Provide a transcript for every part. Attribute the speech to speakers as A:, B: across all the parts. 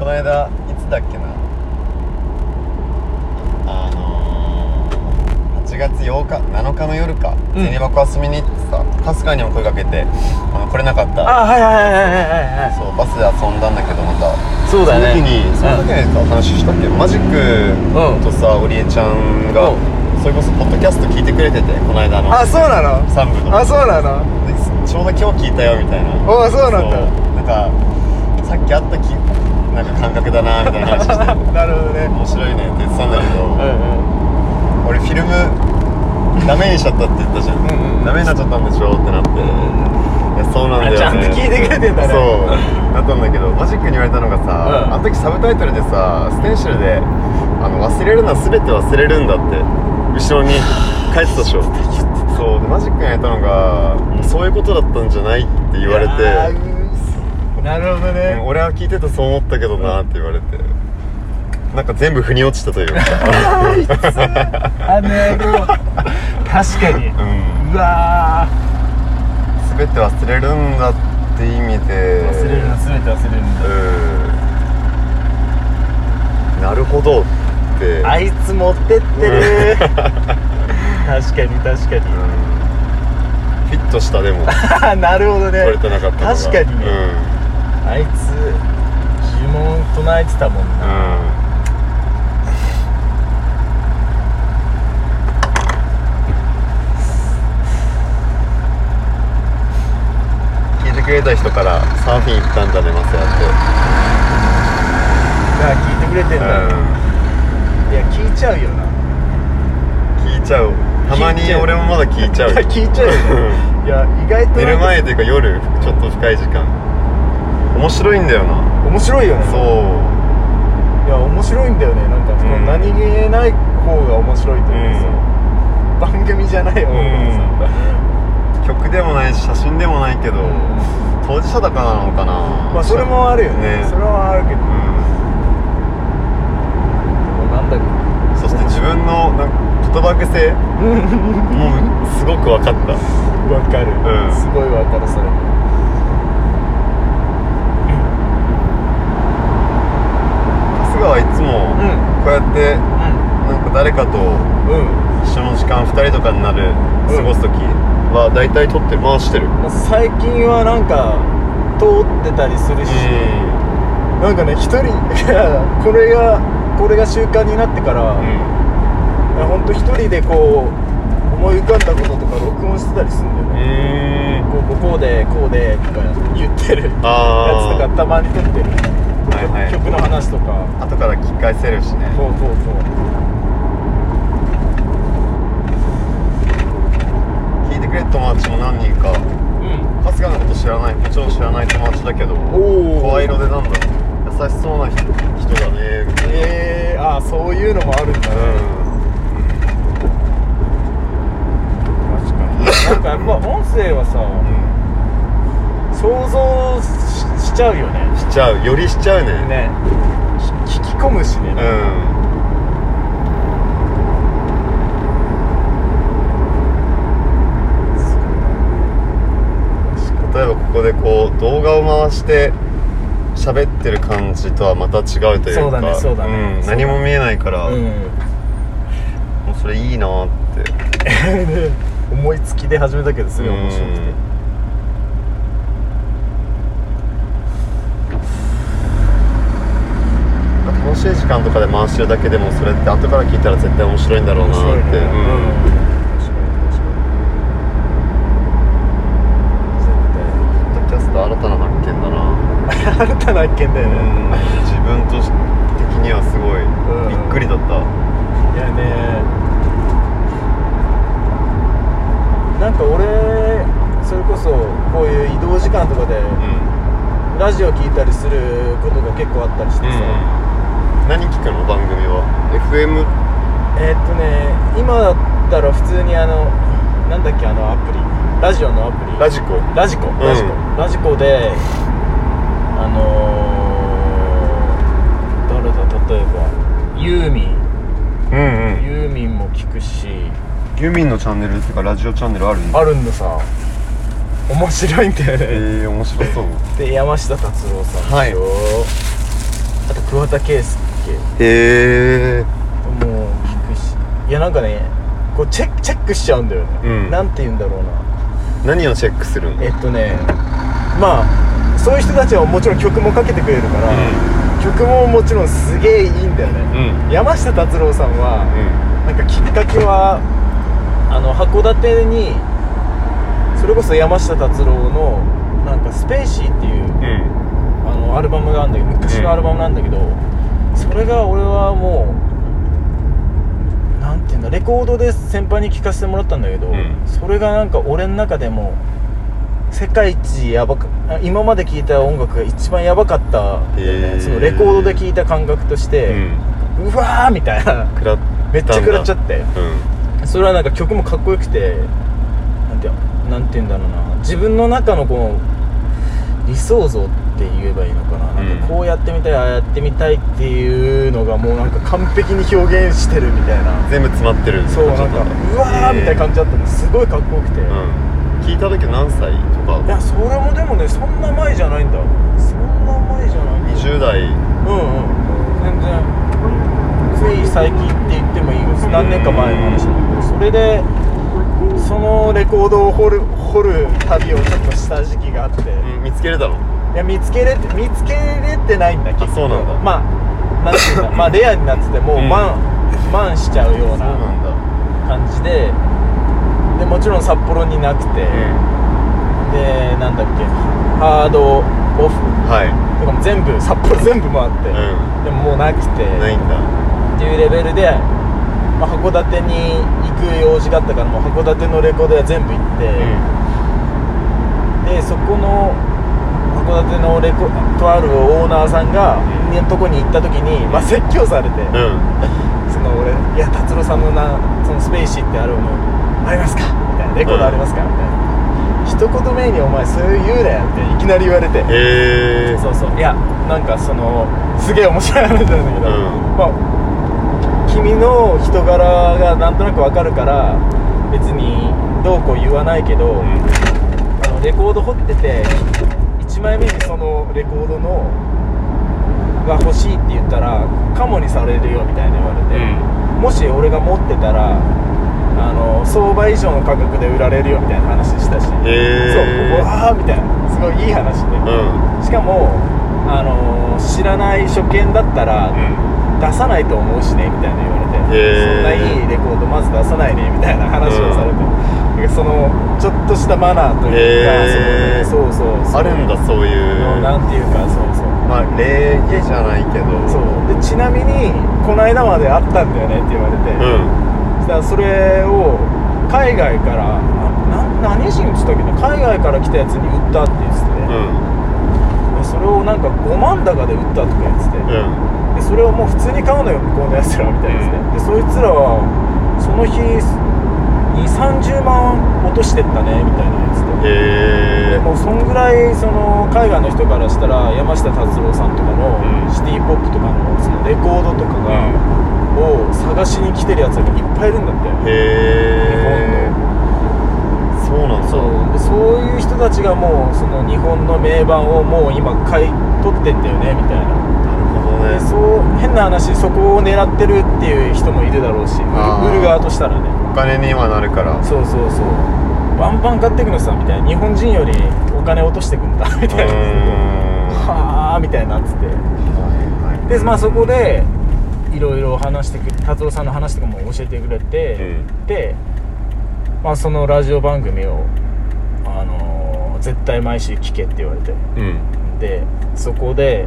A: の間いつだっけなあのー、8月8日7日の夜か
B: うん
A: 銭箱遊びに行ってさ春日にも声かけてあの来れなかった
B: あはいはいはいはいはいは
A: そうバスで遊んだんだけどまた
B: いそうだね
A: その時にその時にさ話したっけマジックとさ織江ちゃんが
B: うん
A: それこそポッドキャスト聞いてくれててこの間の
B: あそうなの
A: 3部の
B: あそうなの
A: でちょうど今日聞いたよみたいな
B: おあそうなん
A: そ
B: だ
A: うなんかさっき会ったきなんか感覚だなみたいな話して
B: なるほどね
A: 面白いねって言ってたんだけど、
B: うんうん
A: 俺フィルムダメにしちゃったって言ったじゃん、
B: うんうん
A: ダメになっちゃったんでしょってなって、いやそうなんだよ、ね、
B: あちゃんと聞いてくれてんだね
A: そうなったんだけどマジックに言われたのがさ、
B: うん
A: あの時サブタイトルでさステンシルであの「忘れるのは全て忘れるんだ」って後ろに書いてたでしょそうでマジックに言われたのがそういうことだったんじゃないって言われて
B: いやーなるほど
A: うん
B: ね
A: 俺は聞いててそう思ったけどなって言われてなんか全部腑に落ちたというか
B: あいつあの野郎確かに
A: うん
B: うわ
A: 全て忘れるんだって意味で
B: ー忘れるの全て忘れるんだ
A: うんなるほどって
B: あいつ持ってってる確かに確かに
A: うんフィットしたでも
B: あなるほどね
A: 取れてなかったのが
B: 確かにねあいつ呪文唱えてたもん
A: う、
B: なん
A: うん聞いてくれた人からサーフィン行ったんだねマスヤって
B: あ聞いてくれてんだいや聞いちゃうよな
A: 聞いちゃうたまに
B: 聞いちゃう
A: 俺もまだ聞いちゃう
B: いや 聞いちゃうよねいや意外と なんか
A: 寝る前というか夜ちょっと深い時間面白いんだよな
B: 面白いよね
A: そう
B: いや面白いんだよねなんかその
A: うん
B: 何気ない方が面白いというかさ、番組じゃない方が
A: 曲でもないし写真でもないけど
B: さ、
A: 当事者だからなのかな
B: まあそれもあるよね
A: ね
B: それはあるけど
A: う
B: なんだっけ
A: んそして自分のなんか言葉癖もうすごく分かった
B: わかる、
A: うん
B: すごいわかるそれ
A: 春日はいつもこうやってなんか誰かと
B: うんうん
A: 一緒の時間2人とかになる
B: うん
A: 過ごす時は大体撮って回してるう
B: まあ最近はなんか通ってたりするし、なんかね一人 これがこれが習慣になってから、
A: ん
B: ほんと一人でこう思い浮かんだこととか録音してたりするんだよね、
A: え
B: こうこうでこうでとか言ってるやつと
A: ああ
B: かたまに撮ってる、
A: はいはい
B: 曲の話とか
A: 後から聞き返せるしね
B: そうそうそう
A: 聞いてくれる友達も何人か春日のこと知らないもちろん知らない友達だけど
B: おー
A: 声色でなんだろう優しそうな人人だねみたいな
B: えー、ああそういうのもあるんだね、確かになんかやっぱ音声はさ
A: う
B: 想像ししちゃうよね
A: んしちゃうよりしちゃうね
B: ね聞き込むしね、
A: うん例えばここでこう動画を回して喋ってる感じとはまた違うというか
B: そうだねそうだね
A: ん、何も見えないから、
B: うん
A: もうそれいいなーって
B: 思いつきで始めたけどすごい面白くて
A: うん楽しい時間とかで回してるだけでもそれって後から聞いたら絶対面白いんだろうな
B: 面白い
A: ーっ
B: ね
A: て、
B: うん面白い面白い
A: ポッドキャスト新たな発見だな、
B: 絶対新た な発見だよね、
A: 自分とし的にはすごい、
B: うん
A: びっくりだった
B: いやねなんか俺それこそこういう移動時間とかで
A: うん
B: ラジオ聞いたりすることが結構あったりしてさ、
A: 何聞くの番組は FM
B: えーっとね今だったら普通にあのなんだっけあのアプリラジオのアプリ
A: ラジコ
B: ラジコ
A: ん
B: ラジコ、ラジコであのー、誰だ例えばユーミン
A: うんうん
B: ユーミンも聞くし
A: ユミンのチャンネルっていうかラジオチャンネルあるんだ
B: あるんださ面白いんだよね
A: えー、面白そう
B: で山下達郎さんでしょ、
A: はい
B: あと桑田佳祐
A: へえ
B: もう聞くしいやなんかねこうチェックチェックしちゃうんだよね、
A: うん
B: なんて言うんだろうな
A: 何をチェックするの
B: えっとねまあそういう人たちはもちろん曲もかけてくれるから、曲ももちろんすげえいいんだよ
A: う
B: ね、
A: ん
B: 山下達郎さんは、
A: う
B: なんかきっかけはあの函館にそれこそ山下達郎のなんか「スペーシー」っていうん
A: うん
B: あのアルバムがあるんだけど昔のアルバムなんだけど、それが俺はもうなんていうんだレコードで先輩に聴かせてもらったんだけど、
A: うん
B: それがなんか俺の中でも世界一やばか今まで聴いた音楽が一番やばかったんだよね
A: へー
B: そのレコードで聴いた感覚として、うわーみたいな
A: 食らっ
B: めっちゃ食らっちゃって
A: うん
B: それはなんか曲もかっこよくてなんてなんて言うんだろうな自分の中のこの理想像って言えばいいのかな,、なんかこうやってみたいああやってみたいっていうのがもうなんか完璧に表現してるみたいな
A: 全部詰まってる
B: そうなんかうわーみたいな感じだったのすごいかっこよくて、
A: じうん聞いた時何歳とか
B: いやそれもでもねそんな前じゃないんだそんな前じゃない
A: 20代
B: うんうん全然つい最近って言ってもいいです何年か前の話なんだけどそれでそのレコードを掘る掘る旅をちょっとした時期があって、い
A: うん見つけれたの
B: や見つけれて見つけれてないんだけど
A: そうなんだ
B: まあなんていうんだま あレアになっててもう
A: うん
B: 満、満しちゃうよ
A: そうう
B: な
A: なんだ
B: 感じででもちろん札幌になくて、でなんだっけハードオフ
A: は
B: とかも全部札幌全部回って、
A: いうん
B: でももうなくて
A: ないんだ
B: っていうレベルで、まあ、函館に行く用事があったからもう函館のレコード屋全部行って、でそこの函館のレコとあるオーナーさんが、
A: うん
B: ねとこに行った時に、まあ、説教されて、
A: うん
B: その俺「いや達郎さんのなそのスペーシーってあるのありますか?」みたいな「レコードありますか?」みたいな。一言目に「お前そういう言うなよ」っていきなり言われて
A: へえ
B: そうそういやなんかそのすげえ面白い話なんだけど、
A: うん
B: まあ君の人柄がなんとなくわかるから別にどうこう言わないけど、
A: うん
B: あのレコード掘ってて1枚目にそのレコードのが欲しいって言ったらカモにされるよみたいな言われ
A: う
B: て、
A: ん
B: もし俺が持ってたらあの相場以上の価格で売られるよみたいな話したし、
A: へー
B: そううわーみたいなすごいいい話で、
A: うん
B: しかも、あのー知らない初見だったら
A: うん
B: 出さないと思うしねみたいな言われて、
A: へー
B: そんないいレコードまず出さないねみたいな話をされて、
A: うん
B: なんかそのちょっとしたマナーとい
A: へ
B: うか
A: ー
B: そのそうそうそう
A: あるんだそういう
B: なんていうかそうそう
A: まあ礼儀じゃないけど
B: そうでちなみにこの間まであったんだよねって言われて、
A: うん
B: そしたらそれを海外からなな何人っつったっけど海外から来たやつに売ったって言ってて、
A: うん
B: でそれをなんか5万高で売ったとか言ってて、
A: うん
B: でそれをもう普通に買うのよ向こうのやつらみたいですね、
A: うん
B: でそいつらはその日2 3 0万落としてったねみたいなやつで
A: へ
B: で
A: え
B: もうそんぐらいその海外の人からしたら山下達郎さんとかの
A: うん
B: シティ・ポップとかのそのレコードとか
A: う
B: が、
A: ん
B: を探しに来てるやつらがいっぱいいるんだって
A: へえそうなんだ
B: そうでそういう人たちがもうその日本の名盤をもう今買い取ってんだよねみたいな
A: なるほど
B: で
A: ね
B: そう変な話そこを狙ってるっていう人もいるだろうし売る
A: あー
B: 売る側としたらね
A: お金にはなるから
B: そうそうそうバンバン買ってくのさみたいな日本人よりお金落としてくんだみ
A: う
B: たい
A: ーん
B: なはあみたいなっつってでまあそこでいろいろ話してく達郎さんの話とかも教えてくれて、で、まあ、そのラジオ番組を、あのー絶対毎週聞けって言われて
A: うん
B: でそこで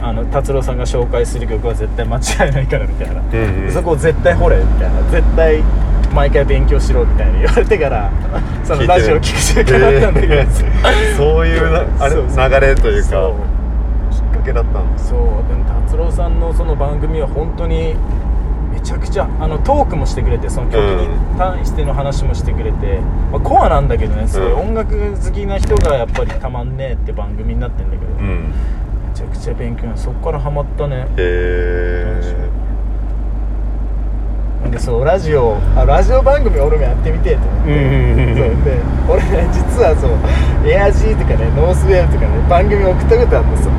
B: あの達郎さんが紹介する曲は絶対間違いないからみたいな、
A: うんうん
B: そこを絶対掘れみたいな絶対毎回勉強しろみたいな言われてから そのラジオ聞く習慣だったんだけど、
A: へーそういうなあれ
B: そうそう
A: 流れというか
B: そう
A: きっかけだったんです
B: そうでも達郎さんのその番組は本当にめちゃくちゃあのトークもしてくれてその曲
A: う
B: に対しての話もしてくれて、まあ、コアなんだけどねすごい
A: うん
B: 音楽好きな人がやっぱりたまんねえって番組になってんだけど、
A: う
B: め
A: ん
B: ちゃくちゃ勉強にそこからハマったね
A: へえ
B: でそうラジオあラジオ番組俺もやってみてえと思って、
A: うんうんうんうん
B: そうで俺ね実はそのエアジーとかねノースウェーブとかね番組送ったことあるんですよ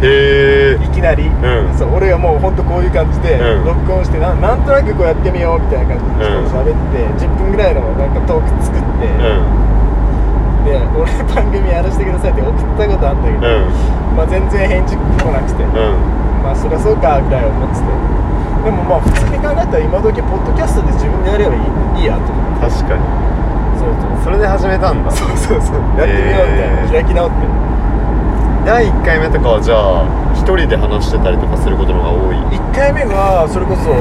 A: へえ
B: いきなり、
A: ん
B: そう俺がもうほんとこういう感じで、
A: うん
B: 録音してななんとなくこうやってみようみたいな感じでちょっと喋って、10分ぐらいのなんかトーク作って、
A: うん
B: で俺番組やらせてくださいって送ったことあんだけ
A: う
B: ど、
A: ん
B: まあ、全然返事来なくて、
A: うん
B: まあそりゃそうかぐらい思っててでもまあ普通に考えたら今時ポッドキャストで自分でやればいいいいやと思って
A: 確かに
B: そうそう
A: それで始めたんだ
B: そうそうそうやってみようみたいな、
A: えー
B: 開き直って
A: 第1回目とかはじゃあ一人で話してたりとかすることの方が多い
B: 1回目がそれこそ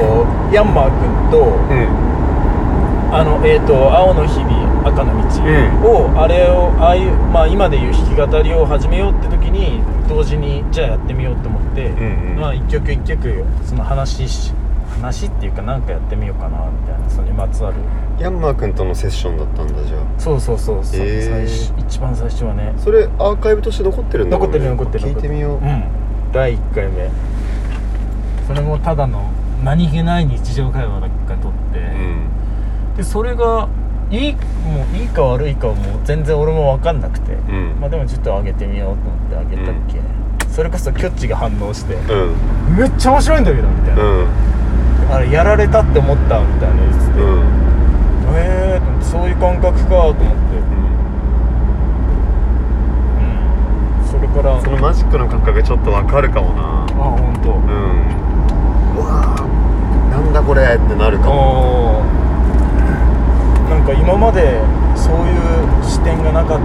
B: ヤンマー君と
A: うん
B: あのえっ、と「青の日々赤の道を」あれをああいう、まあ、今でいう弾き語りを始めようって時に同時にじゃあやってみようと思って、
A: んうん
B: まあ、一曲一曲その話し話っていうかなんかやってみようかなみたいなそれにまつわる
A: ヤンマー君とのセッションだったんだじゃあ
B: そうそうそう、そう
A: へー
B: 最初一番最初はね
A: それアーカイブとして残ってるんだも
B: 残
A: んね
B: ってる残ってる
A: 聞いてみよう
B: うん第1回目それもただの何気ない日常会話だけ撮って、
A: うん
B: でそれがいいもういいか悪いかはもう全然俺も分かんなくて、
A: うん
B: まあでもちょっと上げてみようと思って上げたっけ、それこそキョッチが反応して
A: うん
B: 「めっちゃ面白いんだけど」みたいな、
A: うん
B: あれやられたって思ったみたいな言ってて、
A: うん
B: えー、そういう感覚かと思って、うん、それから
A: そのマジックの感覚ちょっとわかるかもな
B: あ本当。
A: うんうわーなんだこれってなるかも
B: おーなんか今までそういう視点がなかっ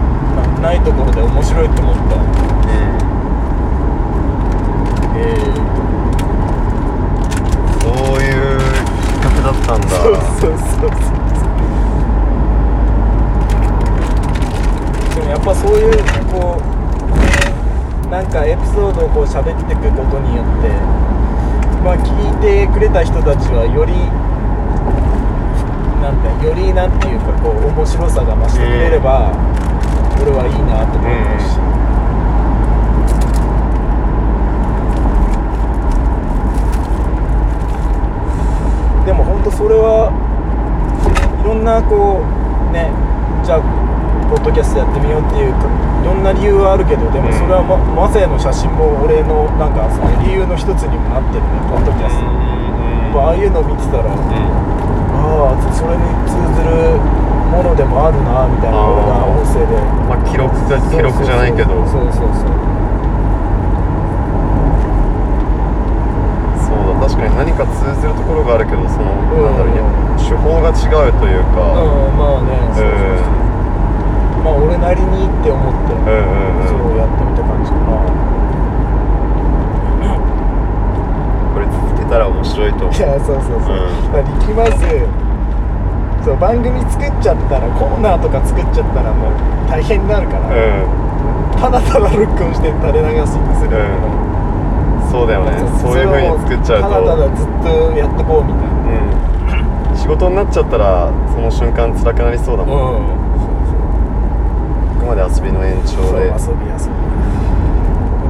B: たないところで面白いと思ったええ
A: そういう企画だったんだ
B: そうそうそうそうでもやっぱそういうこうなんかエピソードをこう喋っていくことによってまあ聞いてくれた人たちはよりなんてよりなんていうかこう面白さが増してくれれば、俺はいいなと思うし、でも本当それはいろんなこうねじゃあポッドキャストやってみようっていうかいろんな理由はあるけどでもそれはま、マセの写真も俺のなんかその理由の一つにもなってるねポッドキャスト、やっぱああいうの見てたらああそれに通ずるものでもあるなみたいなのが
A: あー
B: 音声で
A: まあ記録じゃ記録じゃないけどそ
B: そ
A: う
B: うそうそう
A: だ確かに何か通ずるところがあるけどその、
B: ん
A: なんだろうね手法が違うという
B: う
A: か
B: んまあね
A: う
B: そうそうそうんまあ俺なりにって思って、
A: うんうん
B: そううんやってみた感じかな
A: これ続けたら面白いと思う
B: いやそうそうそう、
A: うん
B: まあ力まずそう番組作っちゃったらコーナーとか作っちゃったらもう大変になるから、
A: う
B: ただただ録音して垂れ流しにするんだけど、
A: うんんそうだよねそういう風に作っちゃうと
B: ただただずっとやってこうみたいな
A: うん仕事になっちゃったらその瞬間辛くなりそうだもん、
B: ん
A: あくまで遊びの延
B: そう
A: 長
B: そう
A: でう
B: 遊び遊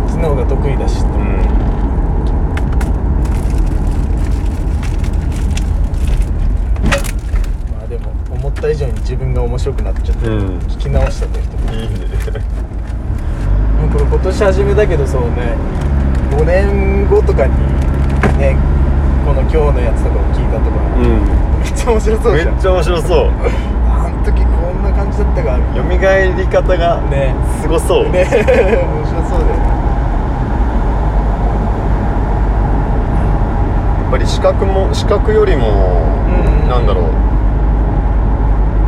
B: び機能が得意だし、
A: ん
B: まあでも思った以上に自分が面白くなっちゃって、
A: うん
B: 聞き直した時とか
A: いいね
B: これ今年始めたけどそうね5年後とかにねこの今日のやつとかを聞いたとか、
A: う
B: めっちゃ面白そ
A: ん
B: う
A: め
B: じゃん
A: っちゃ面白そう
B: あん時こんな感じだったかみたい
A: 蘇り方が
B: なね
A: すごそう、
B: ね面白そうだよね
A: やっぱり視覚も視覚よりも、
B: うん
A: なんだろう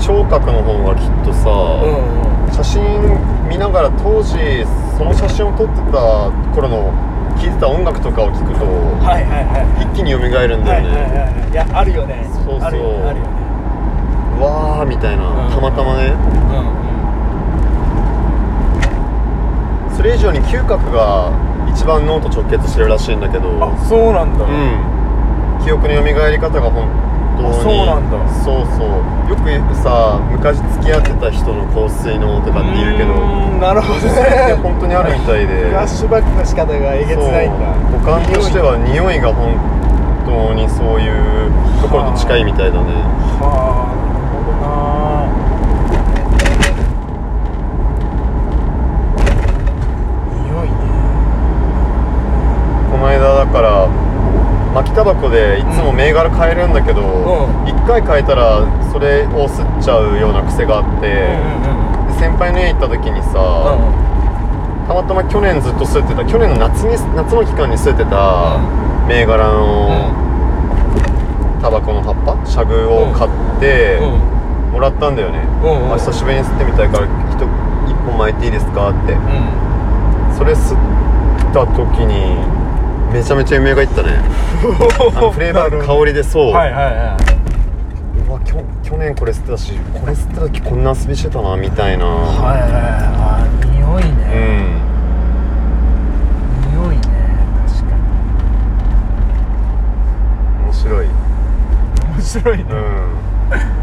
A: 聴覚の方がきっとさ、
B: うんうん
A: 写真見ながら当時その写真を撮ってた頃の聴いてた音楽とかを聴くと
B: はいはいはい
A: 一気に蘇るんだよね、
B: はいはいはいはいいやあるよね
A: そうそう
B: あるよねあるよね
A: わーみたいな、
B: うん
A: たまたまね
B: うん
A: それ以上に嗅覚が一番脳と直結してるらしいんだけどう
B: あそうなんだ、
A: ん記憶の蘇り方が本当に
B: あそうなんだ
A: そうそうよくさ昔付き合ってた人の香水のとかって言うけど
B: ーんなるほど
A: それって
B: ね
A: 本当にあるみたいで
B: フラッシュバックの仕方がえげつないんだ
A: そう五感としては匂いが本当にそういうところと近いみたいだね
B: はあなるほどな
A: 中箱でいつも銘柄変えるんだけど、
B: ん
A: 一回変えたらそれを吸っちゃうような癖があって、で先輩の家行った時にさ、たまたま去年ずっと吸ってた去年の夏に夏の期間に吸ってた銘柄のタバコの葉っぱシャグを買ってもらったんだよね、
B: うんうん
A: あ久しぶりに吸ってみたいから一一本巻いていいですかってそれ吸った時にめちゃめちゃ夢がいったねあ のフレーバーの香りでそう、
B: はいはいはいう
A: わきょ去年これ吸ってたしこれ吸った時こんな遊びしてたなみたいな、
B: はいはいはいあ匂いね、
A: う
B: 匂いね確かに
A: ん面白いうん
B: 面白いね、確かに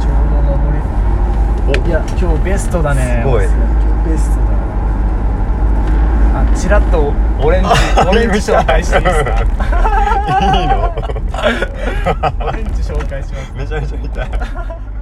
B: ちょうど登りいや今日ベストだね
A: すごい
B: 今日ベストだなあちらっとオレンジ オレンジ紹介していいですか
A: おいいの
B: オレンジ紹介します
A: めちゃめちゃ痛い